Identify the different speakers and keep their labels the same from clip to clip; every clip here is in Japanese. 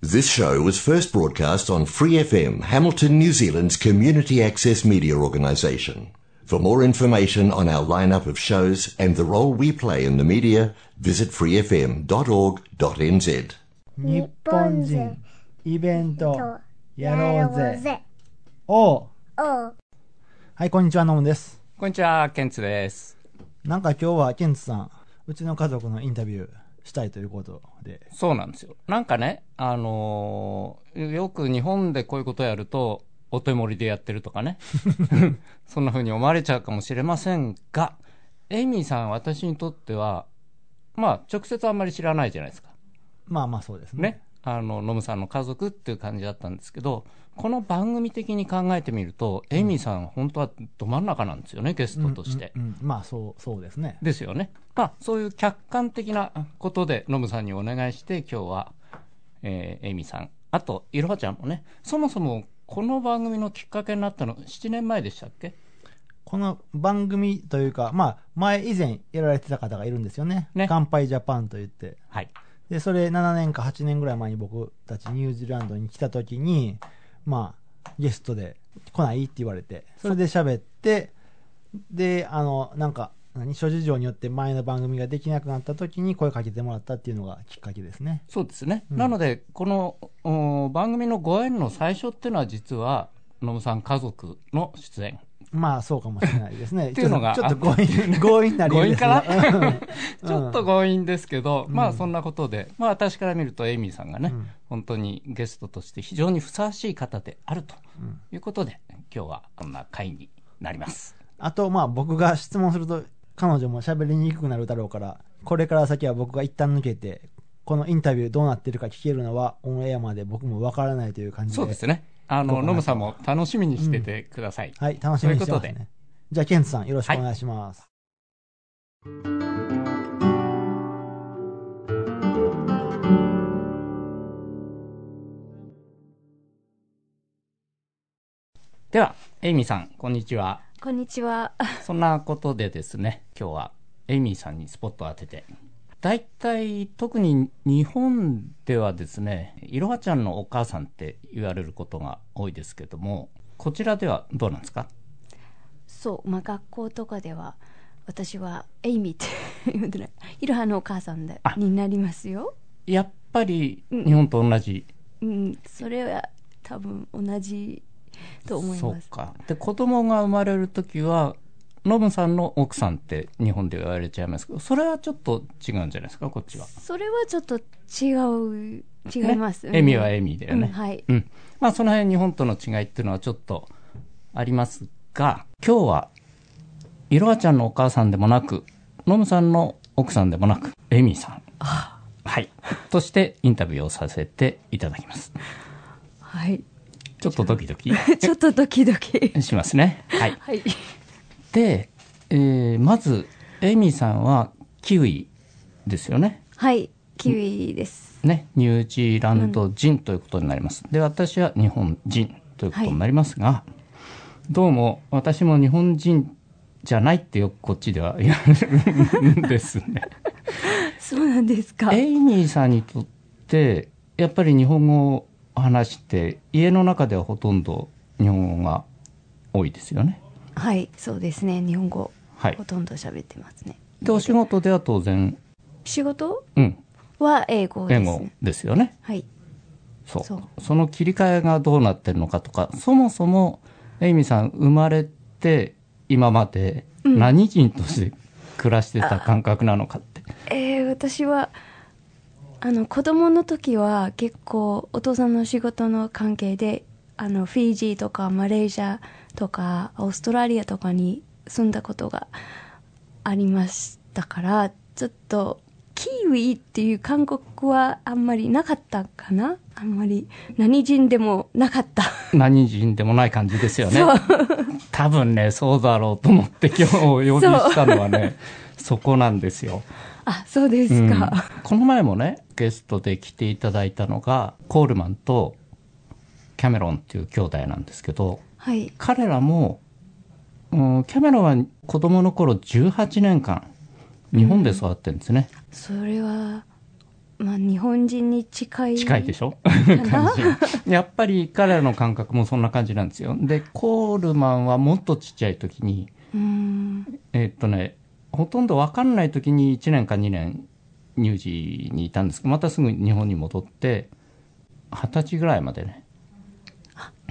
Speaker 1: This show was first broadcast on Free FM, Hamilton, New Zealand's community access media organisation. For more information on our lineup of shows and the role we play in the media, visit freefm.org.nz.
Speaker 2: 日本人イベント
Speaker 3: と
Speaker 2: やろうぜおう
Speaker 3: おう
Speaker 2: はいこんにちはのむです
Speaker 4: こんにちは、ケンツです。
Speaker 2: なんか今日はケンツさんうちの家族のインタビューしたいということで
Speaker 4: そうなんですよ。なんかね、あのーよく日本でこういうことやると、お手盛りでやってると かね。そんな風に思われちゃうかもしれませんが、エイミーさん、私にとっては、まあ、直接あんまり知らないじゃないですか。
Speaker 2: まあまあそうですね
Speaker 4: ね。あの、ノムさんの家族っていう感じだったんですけど、この番組的に考えてみると、エイミーさん、本当はど真ん中なんですよね、ゲストとして。
Speaker 2: うんうんうんまあそうそうですね
Speaker 4: ですよね。まあ、そういう客観的なことで、ノムさんにお願いして、今日は、えー、エイミさん、あと、いろはちゃんもね、そもそも、この番組のきっかけになったの、7年前でしたっけ
Speaker 2: この番組というかまあ前以前やられてた方がいるんですよね
Speaker 4: ね
Speaker 2: 乾杯ジャパンと言って
Speaker 4: はい。
Speaker 2: でそれ7年か8年ぐらい前に僕たちニュージーランドに来た時にまあゲストで来ないって言われてそれで喋ってであのなんか何諸事情によって前の番組ができなくなった時に声かけてもらったっていうのがきっかけですね
Speaker 4: そうですね。
Speaker 2: うん
Speaker 4: なので、このお番組のご縁の最初っていうのは、実は、ノムさん家族の出演。
Speaker 2: まあそうかもしれないですね
Speaker 4: っていうのが
Speaker 2: ちょっとちょっと強引強引な理由です、ね、
Speaker 4: 強引か
Speaker 2: うん
Speaker 4: ちょっと強引ですけど、
Speaker 2: うん
Speaker 4: まあそんなことで、まあ私から見るとエイミーさんがね、
Speaker 2: うん
Speaker 4: 本当にゲストとして非常にふさわしい方であると
Speaker 2: うん
Speaker 4: ということで、今日はこんな回になります。
Speaker 2: あとまあ僕が質問すると彼女も喋りにくくなるだろうからこれから先は僕が一旦抜けてこのインタビューどうなってるか聞けるのはオンエアまで僕もわからないという感じで
Speaker 4: そうですね。
Speaker 2: ど
Speaker 4: あ
Speaker 2: う
Speaker 4: の、
Speaker 2: かな
Speaker 4: ノムさんも楽しみにしててください。
Speaker 2: はい楽しみにしてます
Speaker 4: というこ
Speaker 2: ねじゃあケンツさんよろしくお願いします、
Speaker 4: では、エイミーさん、こんにちは。
Speaker 5: こんにちは。
Speaker 4: そんなことでですね、今日はエイミーさんにスポットを当てて、大体、特に日本ではですね、いろはちゃんのお母さんって言われることが多いですけども、こちらではどうなんですか
Speaker 5: そう、まあ、学校とかでは私はエイミーって呼んでない。イロハのお母さんで
Speaker 4: あ
Speaker 5: になりますよ。
Speaker 4: やっぱり日本と同じ
Speaker 5: うん、それは多分同じと思います
Speaker 4: そう。か。で、子供が生まれるときは、ノブさんの奥さんって日本で言われちゃいますけど、それはちょっと違うんじゃないですか、こっちは。
Speaker 5: それはちょっと違う違います。
Speaker 4: ねエミは
Speaker 5: ミ
Speaker 4: エミだよね。
Speaker 5: うんはい
Speaker 4: うん。まあ、その辺日本との違いっていうのはちょっとありますが、今日は、いろはちゃんのお母さんでもなく、ノブさんの奥さんでもなく、エミさん。はい。としてインタビューをさせていただきます。
Speaker 5: はい。
Speaker 4: ちょっとドキドキ
Speaker 5: ちょっとドキ ドキ。
Speaker 4: しますね。はい。
Speaker 5: はい。
Speaker 4: で、えーまずエイミーさんはキウイですよね
Speaker 5: はい、キウイです。
Speaker 4: ねニュージーランド人ということになります、で私は日本人ということになりますが、どうも私も日本人じゃないってよくこっちでは言われるんです ね
Speaker 5: そうなんですか。
Speaker 4: エイミーさんにとってやっぱり日本語を話して家の中ではほとんど日本語が多いですよね
Speaker 5: はい、そうですね。日本語、
Speaker 4: はい
Speaker 5: ほとんど喋ってますね。
Speaker 4: でお仕事では当然
Speaker 5: 仕事
Speaker 4: うん
Speaker 5: は英語で
Speaker 4: 英
Speaker 5: す、
Speaker 4: 語
Speaker 5: ね。
Speaker 4: ですよね
Speaker 5: はい。
Speaker 4: そう
Speaker 5: そ
Speaker 4: そうの切り替えがどうなってるのかとかそもそもエイミさん生まれて今まで
Speaker 5: うん
Speaker 4: 何人として暮らしてた感覚なのかって、
Speaker 5: えー私はあの子供の時は結構お父さんの仕事の関係であのフィジーとかマレーシアとかオーストラリアとかに住んだことがありましたからちょっとキウイっていう韓国はあんまりなかったかなあんまり何人でもなかった
Speaker 4: 何人でもない感じですよね多分ねそうだろうと思って今日お呼びしたのはねそこなんですよ、
Speaker 5: あそうです
Speaker 4: うん
Speaker 5: か、
Speaker 4: この前もねゲストで来ていただいたのがコールマンとキャメロンっていう兄弟なんですけど
Speaker 5: はい
Speaker 4: 彼らも、うん、キャメロンは子供の頃18年間日本で育ってるんですね、
Speaker 5: それはまあ、日本人に近い
Speaker 4: 近いでしょ感じやっぱり彼らの感覚もそんな感じなんですよでコールマンはもっとちっちゃい時に
Speaker 5: うん
Speaker 4: えっとねほとんど分かんない時に1年か2年乳児にいたんですけどまたすぐ日本に戻って二十歳ぐらいまでね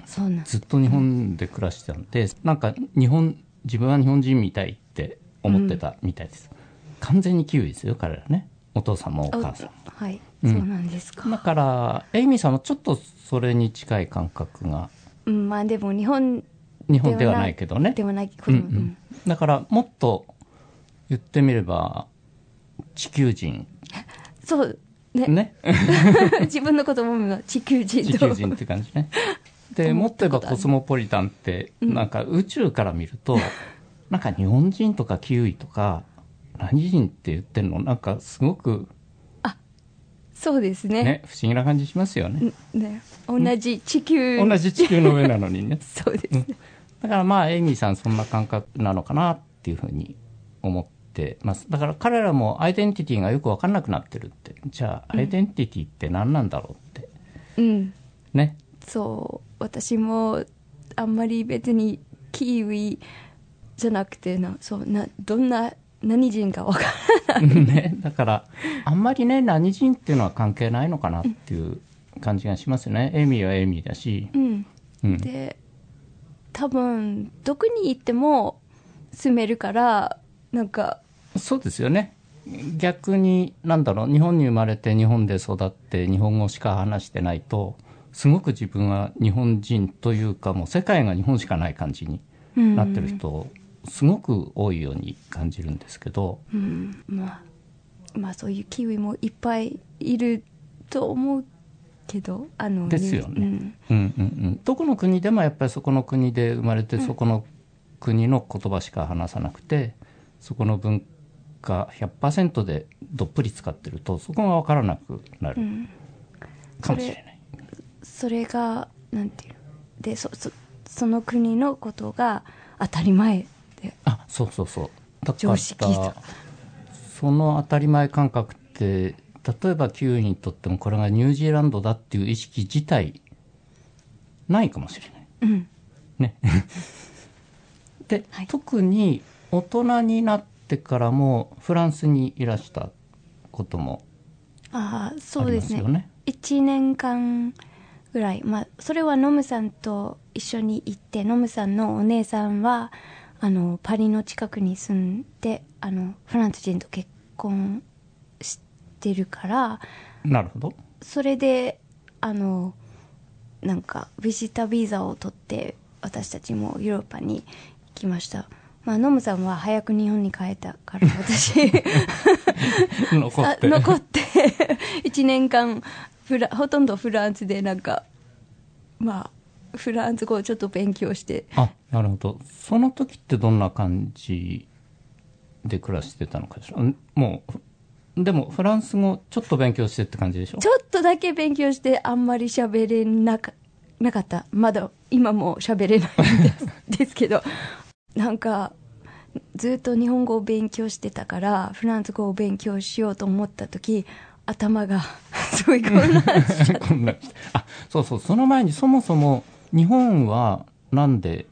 Speaker 5: そうなん
Speaker 4: ずっと日本で暮らしてたんでなんか日本自分は日本人みたいって思ってたみたいです、完全にキウイですよ彼らねお父さんもお母さんも
Speaker 5: あはい、
Speaker 4: うん
Speaker 5: そうなんですか、
Speaker 4: だからエイミーさんもちょっとそれに近い感覚が
Speaker 5: うん、まあでも日本
Speaker 4: 日本ではないけどね
Speaker 5: ではない子
Speaker 4: うんう
Speaker 5: 供、
Speaker 4: ん、だからもっと言ってみれば地球人
Speaker 5: そうね
Speaker 4: ね
Speaker 5: 自分の子供も地球人
Speaker 4: 地
Speaker 5: と
Speaker 4: 球人って感じ ねで
Speaker 5: 思
Speaker 4: も
Speaker 5: っ
Speaker 4: っと言
Speaker 5: た
Speaker 4: えば
Speaker 5: ことある
Speaker 4: コスモポリタンってなんか宇宙から見ると、 なんか日本人とかキウイとか何人って言ってるのなんかすごく
Speaker 5: そうですね
Speaker 4: ね不思議な感じしますよね
Speaker 5: ね同じ地球
Speaker 4: 同じ地球の上なのにね
Speaker 5: そうですね、
Speaker 4: だからまあエイミーさんそんな感覚なのかなっていうふうに思ってますだから彼らもアイデンティティがよく分かんなくなってるってじゃあアイデンティティって何なんだろうって
Speaker 5: うん
Speaker 4: ね
Speaker 5: そう私もあんまり別にキウイじゃなくてなそうなどんな何人か分から
Speaker 4: ね、だからあんまりね何人っていうのは関係ないのかなっていう感じがしますよね、エミはエミだし、
Speaker 5: ん、うん、
Speaker 4: うん、
Speaker 5: で多分どこに行っても住めるからなんか
Speaker 4: そうですよね逆になんだろう日本に生まれて日本で育って日本語しか話してないとすごく自分は日本人というかもう世界が日本しかない感じに
Speaker 5: うん
Speaker 4: なってる人すごく多いように感じるんですけど、
Speaker 5: うんまあまあそういうキウイもいっぱいいると思うけどあの
Speaker 4: ですよね
Speaker 5: うん
Speaker 4: うんうんうん、どこの国でもやっぱりそこの国で生まれてそこの国の言葉しか話さなくてそこの文化100%でどっぷり使ってるとそこが分からなくなるかもしれない、
Speaker 5: それがなんていうのでそそその国のことが当たり前で
Speaker 4: あそうそうそうだか
Speaker 5: 常
Speaker 4: ら
Speaker 5: 識だ
Speaker 4: その当たり前感覚って例えばキウイにとってもこれがニュージーランドだっていう意識自体ないかもしれない
Speaker 5: うん
Speaker 4: ね。 で、
Speaker 5: はい
Speaker 4: 特に大人になってからもフランスにいらしたことも
Speaker 5: ああそ
Speaker 4: あ
Speaker 5: う
Speaker 4: り
Speaker 5: で
Speaker 4: ますす
Speaker 5: ね
Speaker 4: よね。
Speaker 5: 1年間ぐらいまあそれはノムさんと一緒に行ってノムさんのお姉さんはあのパリの近くに住んであのフランス人と結婚してるから
Speaker 4: なるほ ど。
Speaker 5: それであのなんかビジタービザを取って私たちもヨーロッパに来ましたまあノムさんは早く日本に帰ったから私
Speaker 4: 残
Speaker 5: あ
Speaker 4: って。
Speaker 5: 残って1年間フラほとんどフランスでなんかまあフランス語をちょっと勉強して
Speaker 4: あ、なるほど。その時ってどんな感じで暮らしてたのかしら。んもう、でもフランス語ちょっと勉強してって感じでしょ
Speaker 5: ちょっとだけ勉強してあんまり喋れなかなかったまだ今も喋れないんですですけど なんかずっと日本語を勉強してたからフランス語を勉強しようと思った時頭が すごい混乱しちゃっ
Speaker 4: こんなあ、そうそう。その前にそもそも日本はなんで、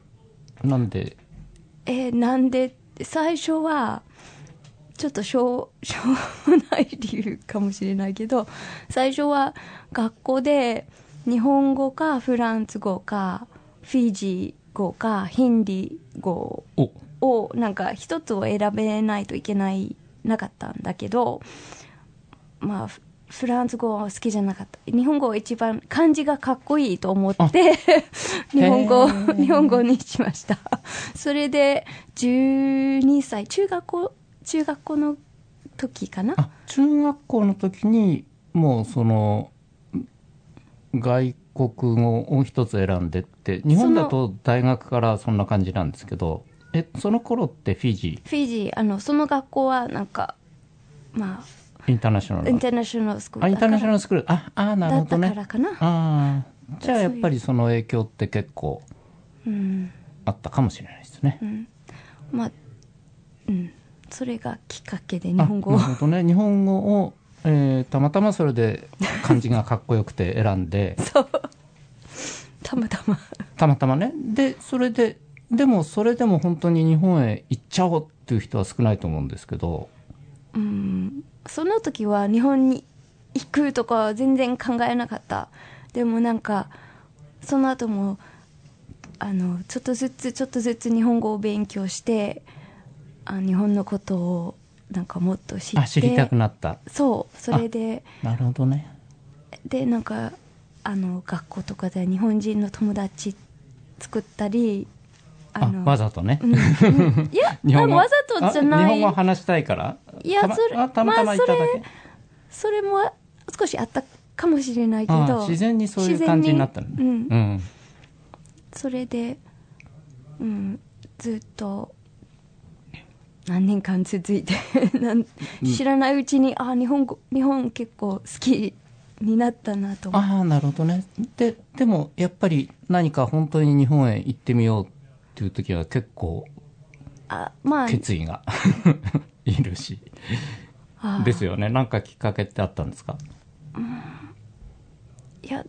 Speaker 4: なんで、
Speaker 5: えーなんで最初はちょっとしょうし ょうもない理由かもしれないけど最初は学校で日本語かフランス語かフィジー語かヒンディー語
Speaker 4: お、
Speaker 5: をなんか一つを選べないといけないなかったんだけどまあフフランス語は好きじゃなかった日本語を一番漢字がかっこいいと思って 日本語を
Speaker 4: へー
Speaker 5: 日本語にしましたそれで12歳中学校中学校の時かな
Speaker 4: あ中学校の時にもうその外国語を一つ選んでって日本だと大学からそんな感じなんですけどえその頃ってフィジ
Speaker 5: フィジーあのその学校はなんかま
Speaker 4: ーインターナショナ
Speaker 5: あイン
Speaker 4: ル
Speaker 5: ターナショナルスクー
Speaker 4: あ
Speaker 5: ル
Speaker 4: イン
Speaker 5: だ
Speaker 4: タ
Speaker 5: か
Speaker 4: ーナショナ
Speaker 5: ら
Speaker 4: ルスクールああーなる
Speaker 5: だ
Speaker 4: ほ
Speaker 5: っ
Speaker 4: ど
Speaker 5: たか
Speaker 4: ね
Speaker 5: らかな
Speaker 4: ああじゃあ
Speaker 5: そうい
Speaker 4: や
Speaker 5: う
Speaker 4: っぱりその影響って結構
Speaker 5: うん
Speaker 4: あったかもしれないですね、
Speaker 5: まあうんそれがきっかけで日本語を
Speaker 4: あなるほどね日本語をえーたまたまそれで漢字がかっこよくて選んで
Speaker 5: そう。たまたま。
Speaker 4: たまたまねでそれででもそれでも本当に日本へ行っちゃおうっていう人は少ないと思うんですけど
Speaker 5: うん。その時は日本に行くとか全然考えなかった。でもなんか、その後も、あの、ちょっとずつちょっとずつ日本語を勉強して、あ日本のことをなんかもっと知って。
Speaker 4: あ知りたくなった
Speaker 5: そう。それで、
Speaker 4: なるほどね
Speaker 5: でなんかあの学校とかで日本人の友達作ったり
Speaker 4: あわざとね、
Speaker 5: うんいや
Speaker 4: 日本語
Speaker 5: わざとじゃ
Speaker 4: あ
Speaker 5: な
Speaker 4: 日本語
Speaker 5: い
Speaker 4: 話したいから
Speaker 5: いや
Speaker 4: たま
Speaker 5: それ
Speaker 4: あたまたま行っただけ、
Speaker 5: それも少しあったかもしれないけ
Speaker 4: あ
Speaker 5: ど
Speaker 4: あ自然にそういう感じになったのね
Speaker 5: 自然にうん
Speaker 4: うん
Speaker 5: それで、うん、ずっと何年間続いて なん知らないうちに、あ日本語日本結構好きになったなと思
Speaker 4: ああなるほどねででもやっぱり何か本当に日本へ行ってみようっていう時は結構
Speaker 5: あまあ
Speaker 4: 決意が いるし
Speaker 5: あ
Speaker 4: ですよねなんかきっかけってあったんですか
Speaker 5: いや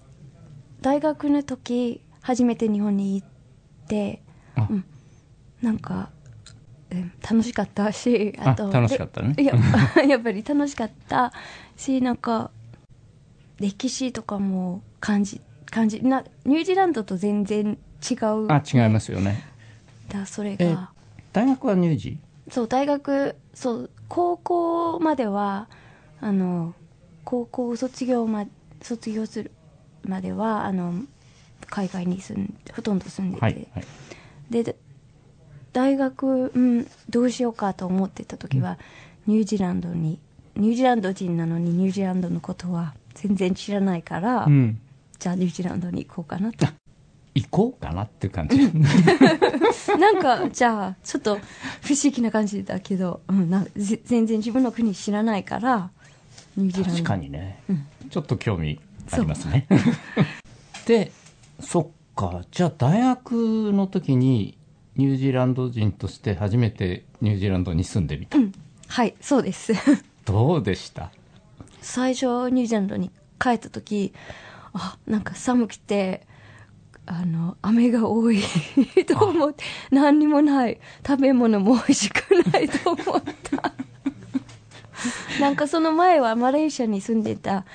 Speaker 5: 大学の時初めて日本に行って
Speaker 4: あ
Speaker 5: うんなんか、うん楽しかったしあと
Speaker 4: あ楽しかったね
Speaker 5: でいや やっぱり楽しかったしなんか歴史とかも感じ感じなニュージーランドと全然違う
Speaker 4: あ
Speaker 5: ん
Speaker 4: 違いますよね
Speaker 5: だそれ
Speaker 4: え
Speaker 5: が
Speaker 4: 大学は乳児
Speaker 5: そう大学そう高校まではあの高校を卒業ま卒業するまではあの海外に住んほとんど住んでて、
Speaker 4: はい、はい、
Speaker 5: でで大学、うん、どうしようかと思ってた時は、ニュージーランドにニュージーランド人なのにニュージーランドのことは全然知らないから、
Speaker 4: うん
Speaker 5: じゃあニュージーランドに行こうかなと
Speaker 4: 行こうかなっていう感じ、
Speaker 5: なんかじゃあちょっと不思議な感じだけど、うん、なぜ全然自分の国知らないからニュージーランド
Speaker 4: 確かにね、ちょっと興味ありますね でそっかじゃあ大学の時にニュージーランド人として初めてニュージーランドに住んでみた、
Speaker 5: はいそうです
Speaker 4: どうでした
Speaker 5: 最初ニュージーランドに帰った時あなんか寒くてあの雨が多い と思って何にもない食べ物も美味しくないと思った なんかその前はマレーシアに住んでた、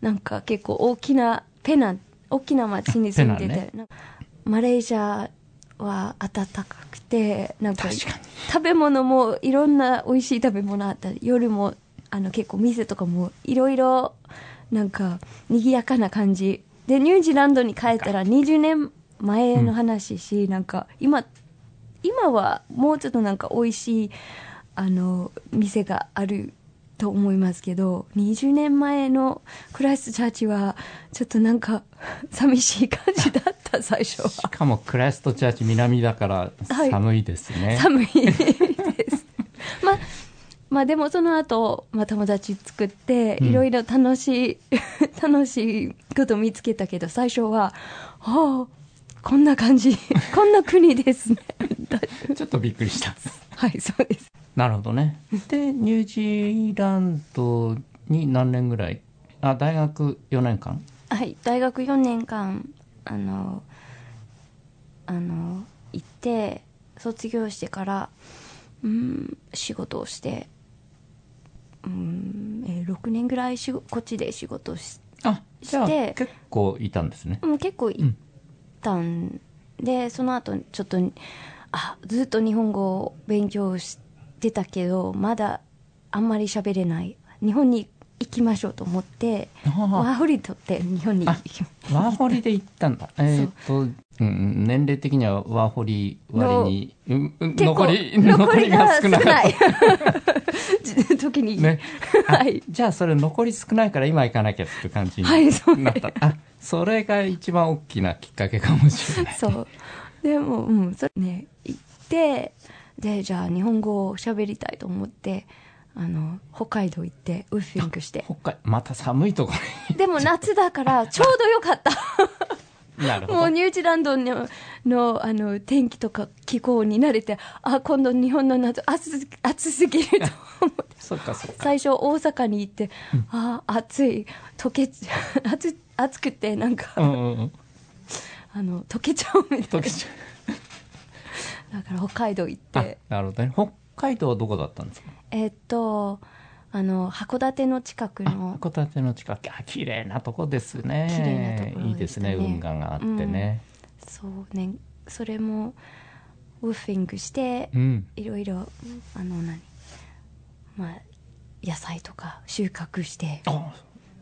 Speaker 5: なんか結構大きなペナ大きな町に住んで
Speaker 4: あペ
Speaker 5: て、
Speaker 4: ナね
Speaker 5: なんかマレーシアは暖かくてなんか
Speaker 4: 確かに
Speaker 5: 食べ物もいろんな美味しい食べ物あったり夜もあの結構店とかもいろいろなんか賑やかな感じでニュージーランドに帰ったら20年前の話し、なんか今今はもうちょっとなんか美味しいあの店があると思いますけど20年前のクライストチャーチはちょっとなんか 寂しい感じだった最初は
Speaker 4: しかもクライストチャーチ南だから
Speaker 5: はい
Speaker 4: 寒いですね、
Speaker 5: 寒いです まあまあでもその後、まあ友達作っていろいろ楽しい、 楽しいこと見つけたけど最初は「はあこんな感じこんな国ですね」 だ
Speaker 4: ちょっとびっくりした
Speaker 5: はいそうです
Speaker 4: なるほどねでニュージーランドに何年ぐらいあ大学4年間
Speaker 5: はい大学4年間あのあの行って卒業してからうん仕事をしてうん、えー、6年ぐらいしごこっちで仕事をして
Speaker 4: あじゃあ
Speaker 5: して
Speaker 4: 結構いたんですね
Speaker 5: うん、結構行ったんで、その後ちょっとあずっと日本語を勉強してたけどまだあんまり喋れない日本に行きましょうと思って
Speaker 4: あ
Speaker 5: ワ
Speaker 4: ー
Speaker 5: ーホリとって日本に行き
Speaker 4: ワーホリで行ったんだ。えーっと、うんうん、年齢的にはワーホリ割に、うんうん
Speaker 5: 結構
Speaker 4: 残り、残りが少なかった。
Speaker 5: 時に、
Speaker 4: ね。
Speaker 5: は
Speaker 4: はいい。 じゃあそれ残り少ないから今行かなきゃっていう感じに
Speaker 5: はいそう
Speaker 4: なった。あ、それが一番大きなきっかけかもしれ ない。
Speaker 5: そうでもうんそれね行ってでじゃあ日本語を喋りたいと思ってあの北海道行ってウッフィングして
Speaker 4: 北海、また寒いとこ
Speaker 5: でも夏だからちょうどよかった
Speaker 4: ろに。なるほ
Speaker 5: もう
Speaker 4: ど。
Speaker 5: ニュージーランドののあの天気とか気候に慣れてあ今度日本の夏暑す暑すぎると思って
Speaker 4: そっかそっか。
Speaker 5: 最初大阪に行って、ああ暑い溶け 暑い暑くてなんか、
Speaker 4: うんうんうん。
Speaker 5: あの溶けちゃうみた
Speaker 4: 溶
Speaker 5: い
Speaker 4: けちゃう
Speaker 5: なだから北海道行っ
Speaker 4: あ
Speaker 5: て、
Speaker 4: なるほどね。北海道はどこだったんですか
Speaker 5: えーっとあの函館の近く
Speaker 4: あ
Speaker 5: の
Speaker 4: 函館の近くあ綺麗なとこですね
Speaker 5: 綺麗なところでしたね
Speaker 4: いいですね運河があってね
Speaker 5: そうねそれもウーフィングして、
Speaker 4: うん、
Speaker 5: いろいろあの何まあ野菜とか収穫して
Speaker 4: あ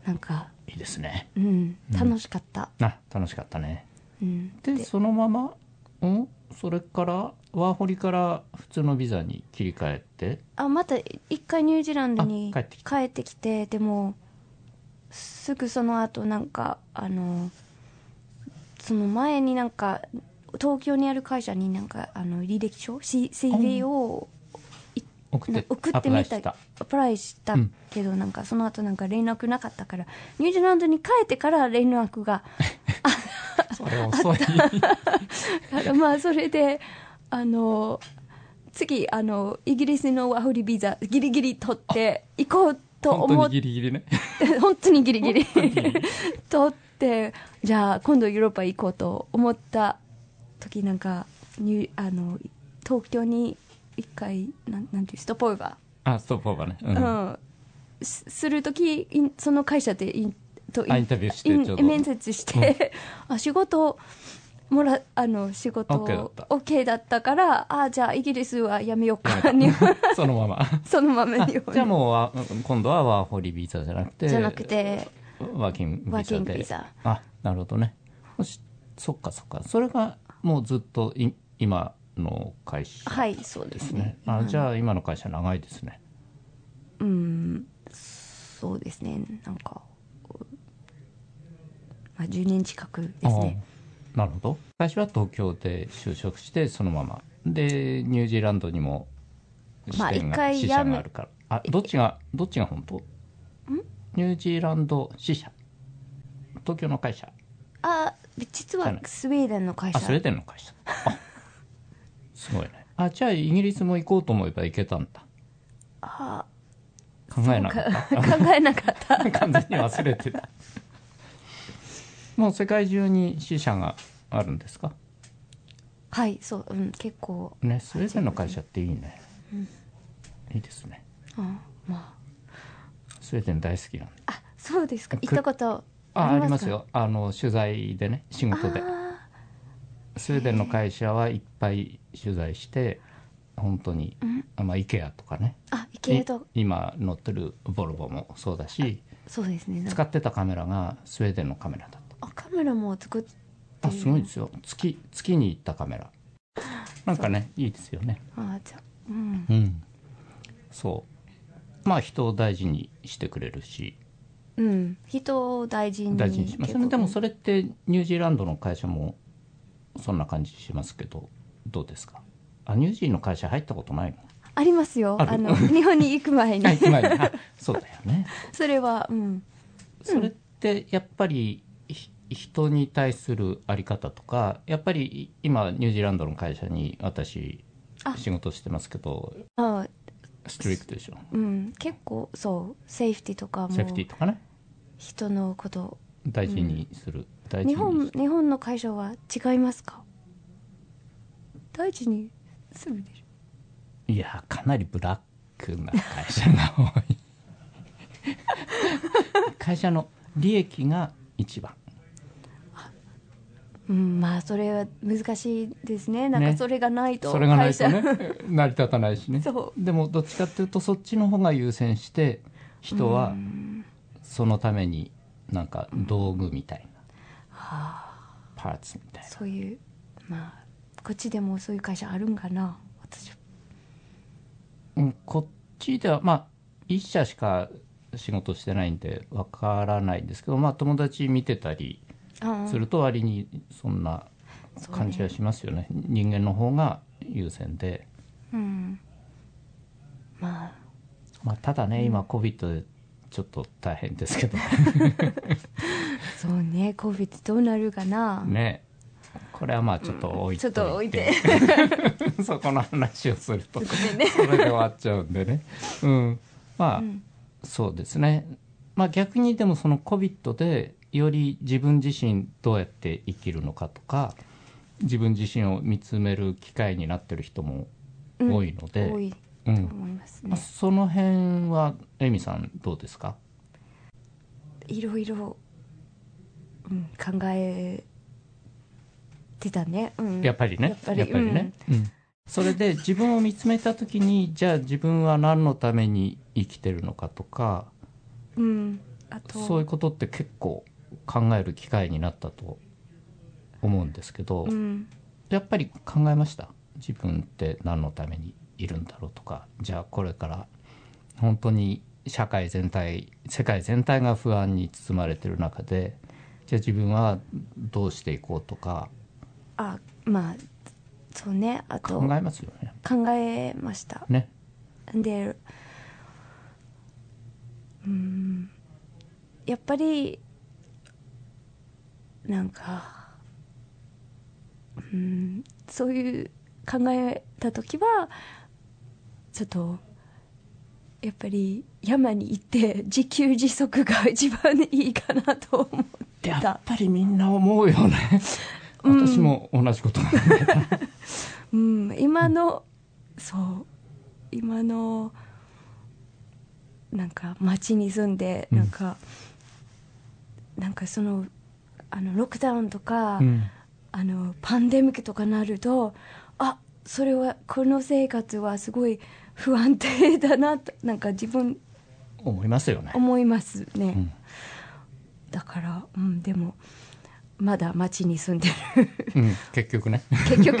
Speaker 5: なんか
Speaker 4: いいですね
Speaker 5: うん
Speaker 4: うん
Speaker 5: 楽しかった、
Speaker 4: あ楽しかったね
Speaker 5: うん
Speaker 4: でそのままうんそれからワーホリから普通のビザに切り替えて
Speaker 5: あまた一回ニュージーランドに
Speaker 4: あ帰ってき
Speaker 5: 帰ってきてでもすぐその後なんかあのその前になんか東京にある会社になんかあの履歴書 C- CV を
Speaker 4: 送っ
Speaker 5: な
Speaker 4: て
Speaker 5: 送
Speaker 4: ア
Speaker 5: っ
Speaker 4: プ
Speaker 5: て
Speaker 4: ラ
Speaker 5: み
Speaker 4: イ
Speaker 5: た
Speaker 4: した
Speaker 5: アプライした
Speaker 4: うん
Speaker 5: けど、なんかその後なんか連絡なかったからニュージーランドに帰ってから連絡が
Speaker 4: それ遅い
Speaker 5: だからまあそれであの次あのイギリスのワホリビザギリギリ取って行こうと
Speaker 4: 本当
Speaker 5: 思っ
Speaker 4: にギリギリね
Speaker 5: 本当にギリギリ
Speaker 4: 当にギリギ
Speaker 5: 取ってじゃあ今度ヨーロッパ行こうと思った時なんかにあの東京に一回なんなんていうストップオーバ
Speaker 4: あストップオーバーね、う
Speaker 5: ー、
Speaker 4: ん
Speaker 5: うんすする時インその会社でインと
Speaker 4: あインタビューして
Speaker 5: イン
Speaker 4: ちょうど
Speaker 5: 面接して、 あ仕事もらあの仕事
Speaker 4: OK だった
Speaker 5: OK だったからあじゃあイギリスはやめよう
Speaker 4: や
Speaker 5: かに
Speaker 4: めたそのまま
Speaker 5: そのまま
Speaker 4: あ
Speaker 5: に
Speaker 4: じゃあもうワ今度はワーホリビザじゃなくて
Speaker 5: じゃなくて
Speaker 4: ワーキングビザで
Speaker 5: ワーキングビザ
Speaker 4: あなるほどねそしそっかそっかそれがもうずっとい今の会社
Speaker 5: はいそうで
Speaker 4: ですす
Speaker 5: ね
Speaker 4: ねあじゃあ今の会社長いですね
Speaker 5: うん、そうですね、なんか、まあ、10年近くですね。
Speaker 4: ああなるほど最初は東京で就職してそのままでニュージーランドにも支
Speaker 5: まあ
Speaker 4: 店
Speaker 5: 一
Speaker 4: が、
Speaker 5: 回
Speaker 4: 支
Speaker 5: や
Speaker 4: 社
Speaker 5: め
Speaker 4: があるからあどっちがどっちが本当ニュージーランド支社東京の会社
Speaker 5: あ実
Speaker 4: じゃ
Speaker 5: は
Speaker 4: ない
Speaker 5: スウェーデンの会
Speaker 4: あ
Speaker 5: 社
Speaker 4: スウェーデンの会社あすごいねあじゃあイギリスも行こうと思えば行けたんだ
Speaker 5: あ
Speaker 4: 考えなかった
Speaker 5: 考えなかった。
Speaker 4: 完全に忘れてたもう世界中に支社があるんですか
Speaker 5: はい、そう、うん、結構、
Speaker 4: ねスウェーデンの会社っていいね、いいですね
Speaker 5: うん、ま
Speaker 4: スウェーデン大好きなんで
Speaker 5: あ、あそうですか、
Speaker 4: く
Speaker 5: 行ったこと
Speaker 4: あありま
Speaker 5: か
Speaker 4: す。よあの取材でね仕事で
Speaker 5: あ
Speaker 4: スウェーデンの会社はいっぱい取材して本当に、あまあ IKEA とかね
Speaker 5: ーあ、行けると、
Speaker 4: い今乗ってるボルボもそうだし
Speaker 5: そうですね。なん
Speaker 4: 使
Speaker 5: か
Speaker 4: ってたカメラがスウェーデンのカメラだっ
Speaker 5: あカメラも作って、
Speaker 4: たあすごいですよ月月に行ったカメラなんかねいいですよね
Speaker 5: あじゃあうん、
Speaker 4: うんそうまあ人を大事にしてくれるし
Speaker 5: うん、人を大事に。
Speaker 4: 大事にします
Speaker 5: 結構
Speaker 4: でもそれってニュージーランドの会社もそんな感じしますけどどうですかあニュージーの会社入ったことないの
Speaker 5: ありますよ。
Speaker 4: あ
Speaker 5: あ
Speaker 4: る
Speaker 5: の、日本に行く 前に。
Speaker 4: 前にあそうだよね
Speaker 5: それは、うん。
Speaker 4: それってやっぱりひ人に対するあり方とかやっぱり今ニュージーランドの会社に私
Speaker 5: あ
Speaker 4: 仕事してますけど
Speaker 5: あ
Speaker 4: ストリクトでしょ
Speaker 5: うん、結構そうセーフティーとか
Speaker 4: セーフ
Speaker 5: も
Speaker 4: ティーとかね
Speaker 5: 人のこと
Speaker 4: 大事にする、大事に
Speaker 5: 日本日本の会社は違いますか大事にするでし
Speaker 4: いやかなりブラックな会社が多い 会社の利益が一番
Speaker 5: ょ、うん、まあそれは難しいですねなん
Speaker 4: ね
Speaker 5: かそれがないと
Speaker 4: それがないとね
Speaker 5: 会社
Speaker 4: 成り立たないしね
Speaker 5: そ
Speaker 4: でもどっちかっていうとそっちの方が優先して人はそのためになんか道具みたいなパーツみたいな
Speaker 5: そういうまあこっちでもそういう会社あるんかな私は
Speaker 4: うん、こっちではまあ一社しか仕事してないんでわからないんですけどまあ友達見てたり
Speaker 5: ああ
Speaker 4: すると割にそんな感じはしますよね人間の方が優先で、
Speaker 5: うんまあ
Speaker 4: まあ、ただね、今 COVID でちょっと大変ですけ ど
Speaker 5: そうね COVID どうなるかな、
Speaker 4: ねこれはまあちょっと置い
Speaker 5: ち
Speaker 4: と
Speaker 5: ょ
Speaker 4: い,、
Speaker 5: ってと置いて
Speaker 4: そこの話をするとそれで終わっちゃうんでねうんまあ、そうですね。まあ逆にでもその COVID でより自分自身どうやって生きるのかとか、自分自身を見つめる機会になってる人も多いので、
Speaker 5: 多い
Speaker 4: うん
Speaker 5: と思います
Speaker 4: まあ
Speaker 5: ね。
Speaker 4: その辺はエミさんどうですか
Speaker 5: いろいろ、うん、考えてたね。うん、
Speaker 4: やっぱりね
Speaker 5: やっぱり
Speaker 4: やっぱりね、うんそれで自分を見つめた時にじゃあ自分は何のために生きてるのかとか
Speaker 5: うん、あと
Speaker 4: そういうことって結構考える機会になったと思うんですけど、
Speaker 5: うん、
Speaker 4: やっぱり考えました自分って何のためにいるんだろうとかじゃあこれから本当に社会全体世界全体が不安に包まれてる中でじゃあ自分はどうしていこうとか
Speaker 5: あまあそうねあと
Speaker 4: 考えますよね。
Speaker 5: 考えました。
Speaker 4: ね
Speaker 5: でうんやっぱりなんかうんそういう考えた時はちょっとやっぱり山に行って自給自足が一番いいかなと思って、
Speaker 4: やったぱりみんな思うよね
Speaker 5: うん
Speaker 4: 私も同じことなんで、
Speaker 5: うん、今のそう今のなんか町に住んで
Speaker 4: うん
Speaker 5: なんか、なんかそのあのロックダウンとか、
Speaker 4: うん
Speaker 5: あのパンデミックとかなるとあそれはこの生活はすごい不安定だなと なんか自分
Speaker 4: 思いますよね、
Speaker 5: 思いますね、
Speaker 4: うん
Speaker 5: だから、うん、でもまだ町に住んでる
Speaker 4: うん、結局ね
Speaker 5: 結局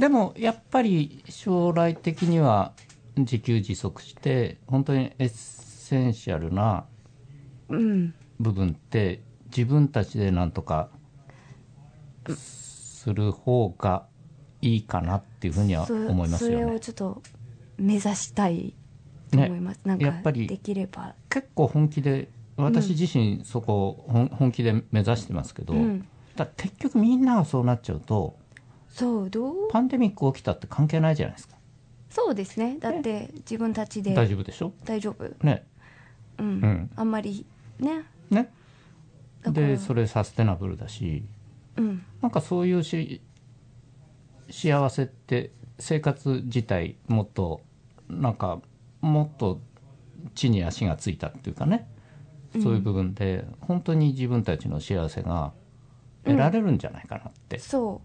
Speaker 4: でもやっぱり将来的には自給自足して本当にエッセンシャルな
Speaker 5: うん
Speaker 4: 部分って自分たちでなんとかする方がいいかなっていうふうには
Speaker 5: そ
Speaker 4: 思います
Speaker 5: それ
Speaker 4: よ
Speaker 5: を
Speaker 4: ね
Speaker 5: ちょっと目指したいと
Speaker 4: ね
Speaker 5: 思います、なんか
Speaker 4: やっぱり
Speaker 5: できれば
Speaker 4: 結構本気で私自身そこを本本気で目指してますけど、
Speaker 5: うん
Speaker 4: だから結局みんながそうなっちゃうと
Speaker 5: そうどう
Speaker 4: パンデミック起きたって関係ないじゃないですか
Speaker 5: そうですねだって自分たちで
Speaker 4: 大丈夫でしょ
Speaker 5: 大丈夫
Speaker 4: ね
Speaker 5: うん、
Speaker 4: ん
Speaker 5: あんまりね
Speaker 4: ね
Speaker 5: だから
Speaker 4: でそれサステナブルだし
Speaker 5: うん
Speaker 4: なんかそういうし幸せって生活自体もっとなんかもっと地に足がついたっていうかねそういう部分で本当に自分たちの幸せが得られるんじゃないかなって、
Speaker 5: そ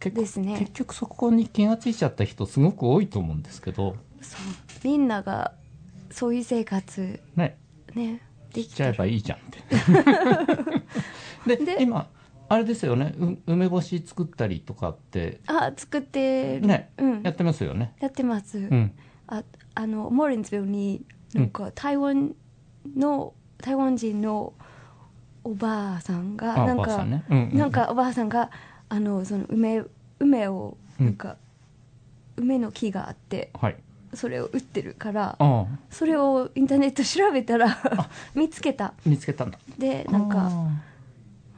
Speaker 4: 結構
Speaker 5: ですね
Speaker 4: 結局そこに気がついちゃった人すごく多いと思うんですけど
Speaker 5: うそうみんながそういう生活
Speaker 4: ね
Speaker 5: ねで
Speaker 4: し
Speaker 5: き
Speaker 4: ちゃえ
Speaker 5: た
Speaker 4: ば
Speaker 5: ら
Speaker 4: いいじゃん って。で
Speaker 5: で
Speaker 4: 今あれですよねう梅干し作ったりとかって
Speaker 5: あ作ってる
Speaker 4: ね、
Speaker 5: うん
Speaker 4: やってますよね。
Speaker 5: やってます、
Speaker 4: うん、
Speaker 5: ああのモーレンズビルになんか台湾の、台湾人のおばあさんが
Speaker 4: あ
Speaker 5: なん
Speaker 4: おばあ
Speaker 5: か
Speaker 4: さんねうんうんうん
Speaker 5: なんかおばあさんがあのその梅梅をなんか、梅の木があって
Speaker 4: はい。
Speaker 5: それを売ってるから
Speaker 4: ああ
Speaker 5: それをインターネット調べたら 見つけた
Speaker 4: 見つけたんだ。
Speaker 5: でなんか
Speaker 4: あ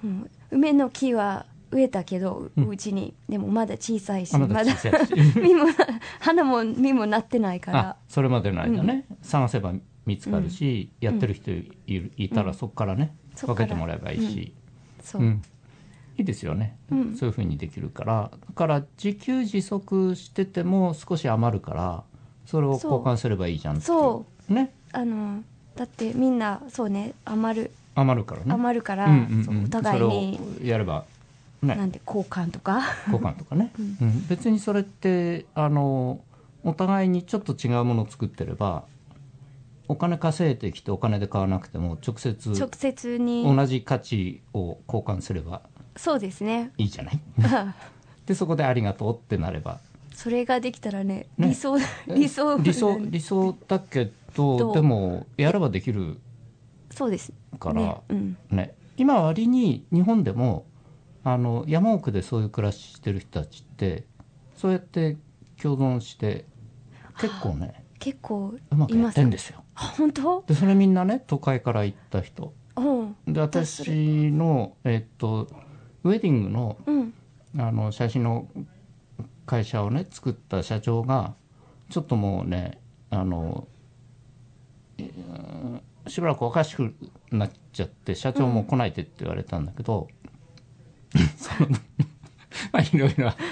Speaker 5: うん梅の木は植えたけどうちに、でもまだ小さいし
Speaker 4: あまだ小さいし
Speaker 5: 実も花も実もなってないか
Speaker 4: あ
Speaker 5: ら
Speaker 4: あそれまでの間ね、探せば見つかるし、やってる人いるいたらそこからね、
Speaker 5: そっ
Speaker 4: 分
Speaker 5: から
Speaker 4: けてもらえばいいし、
Speaker 5: そう
Speaker 4: うんいいですよね、
Speaker 5: うん
Speaker 4: そういうふうにできるからだから自給自足してても少し余るからそれを交換すればいいじゃんっていう
Speaker 5: そう
Speaker 4: ね
Speaker 5: あのだってみんなそうね余る
Speaker 4: 余るからね
Speaker 5: 余るから、
Speaker 4: うんうんうん
Speaker 5: そうお互いに
Speaker 4: それをやれば
Speaker 5: な
Speaker 4: ね
Speaker 5: んで交換とか
Speaker 4: 交換とかね、うん別にそれってあのお互いにちょっと違うものを作ってればお金稼いできてお金で買わなくても直接
Speaker 5: 直接に
Speaker 4: 同じ価値を交換すれば
Speaker 5: そうですね
Speaker 4: いいじゃ ないでそこでありがとうってなれば
Speaker 5: それができたらね
Speaker 4: ね
Speaker 5: 理想理想
Speaker 4: 理想理想だけ
Speaker 5: ど
Speaker 4: ど
Speaker 5: う
Speaker 4: でもやればできる
Speaker 5: そうです
Speaker 4: から
Speaker 5: ねうん、
Speaker 4: ね今割に日本でもあの山奥でそういう暮らししてる人たちってそうやって共存して結構ね
Speaker 5: 結構
Speaker 4: うまくやってんですすよ
Speaker 5: あ本当
Speaker 4: でそれみんなね都会から行った人
Speaker 5: うん
Speaker 4: で
Speaker 5: 私それ
Speaker 4: 私のえっとウェディングの
Speaker 5: うん
Speaker 4: あの写真の会社をね作った社長がちょっともうねあのうんしばらくおかしくなっちゃって社長も来ないでって言われたんだけど、 そのまあいろいろあって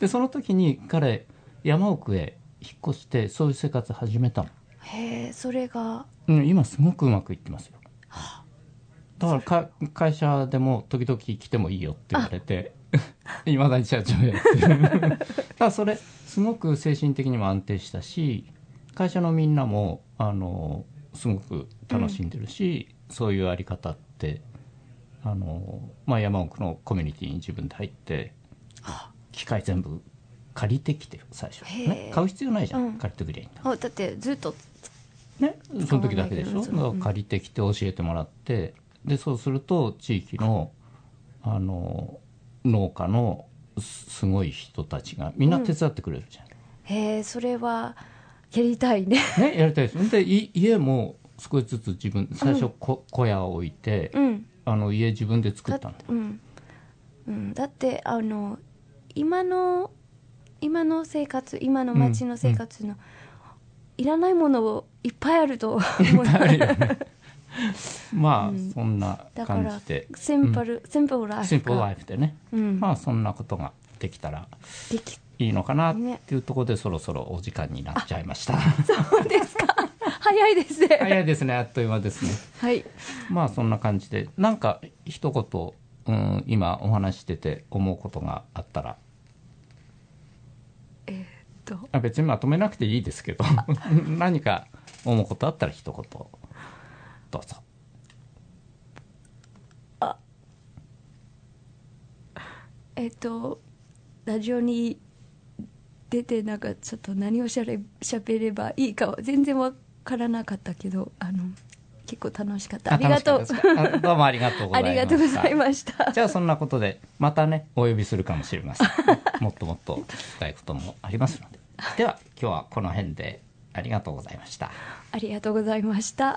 Speaker 4: でその時に彼山奥へ引っ越してそういう生活始めたの、
Speaker 5: へえそれが
Speaker 4: うん、今すごくうまくいってますよだからか会社でも時々来てもいいよって言われ ていまだに社長やってる だからそれすごく精神的にも安定したし会社のみんなもあのすごく楽しんでるし、そういうあり方ってあの、まあ、山奥のコミュニティに自分で入って機械全部借りてきてる最初、
Speaker 5: へ
Speaker 4: ね
Speaker 5: え、
Speaker 4: 買う必要ないじゃん、
Speaker 5: うん
Speaker 4: 借りてくりゃいいんだ
Speaker 5: あだってずっと
Speaker 4: ね、その時だけでしょ
Speaker 5: 使わないけどねうん
Speaker 4: 借りてきて教えてもらってでそうすると地域のあの農家のすすごい人たちがみんな手伝ってくれるじゃん、
Speaker 5: へえそれはやりたいね
Speaker 4: ねやりたいですでい家も少しずつ自分最初こ、小屋を置いて、
Speaker 5: うん
Speaker 4: あの家自分で作
Speaker 5: だ
Speaker 4: ったんだ
Speaker 5: うんうん、だってあの今の今の生活今の街の生活の、いらないものをいっぱいあると思う
Speaker 4: まあ、
Speaker 5: うん
Speaker 4: そんな
Speaker 5: だか
Speaker 4: 感
Speaker 5: ら
Speaker 4: じで
Speaker 5: シンプル、シンプルライ
Speaker 4: シン
Speaker 5: フ
Speaker 4: プルラ
Speaker 5: が
Speaker 4: イフでね、
Speaker 5: うん
Speaker 4: まあそんなことができたら
Speaker 5: でき
Speaker 4: いいのかなっていうところで、そろそろお時間になっちゃいました
Speaker 5: 早いですね
Speaker 4: 早いですねあっという間です ね
Speaker 5: はい
Speaker 4: まあそんな感じでなんか一言、うん、今お話ししてて思うことがあったら
Speaker 5: えーっと
Speaker 4: あ別にまとめなくていいですけど 何か思うことあったら一言どうぞ
Speaker 5: えーっとラジオに出てなんかちょっと何をしゃれしゃべればいいかは全然わからなかったけどあの結構楽しかったありがとう
Speaker 4: 楽しかったですかあどうもありがとうござ
Speaker 5: あ
Speaker 4: いま
Speaker 5: り
Speaker 4: した
Speaker 5: がとうご ざいました
Speaker 4: じゃあそんなことでまたねお呼びするかもしれま せんもっともっと聞きたいこともありますのででは今日はこの辺でありがとうございました
Speaker 5: ありがとうございました。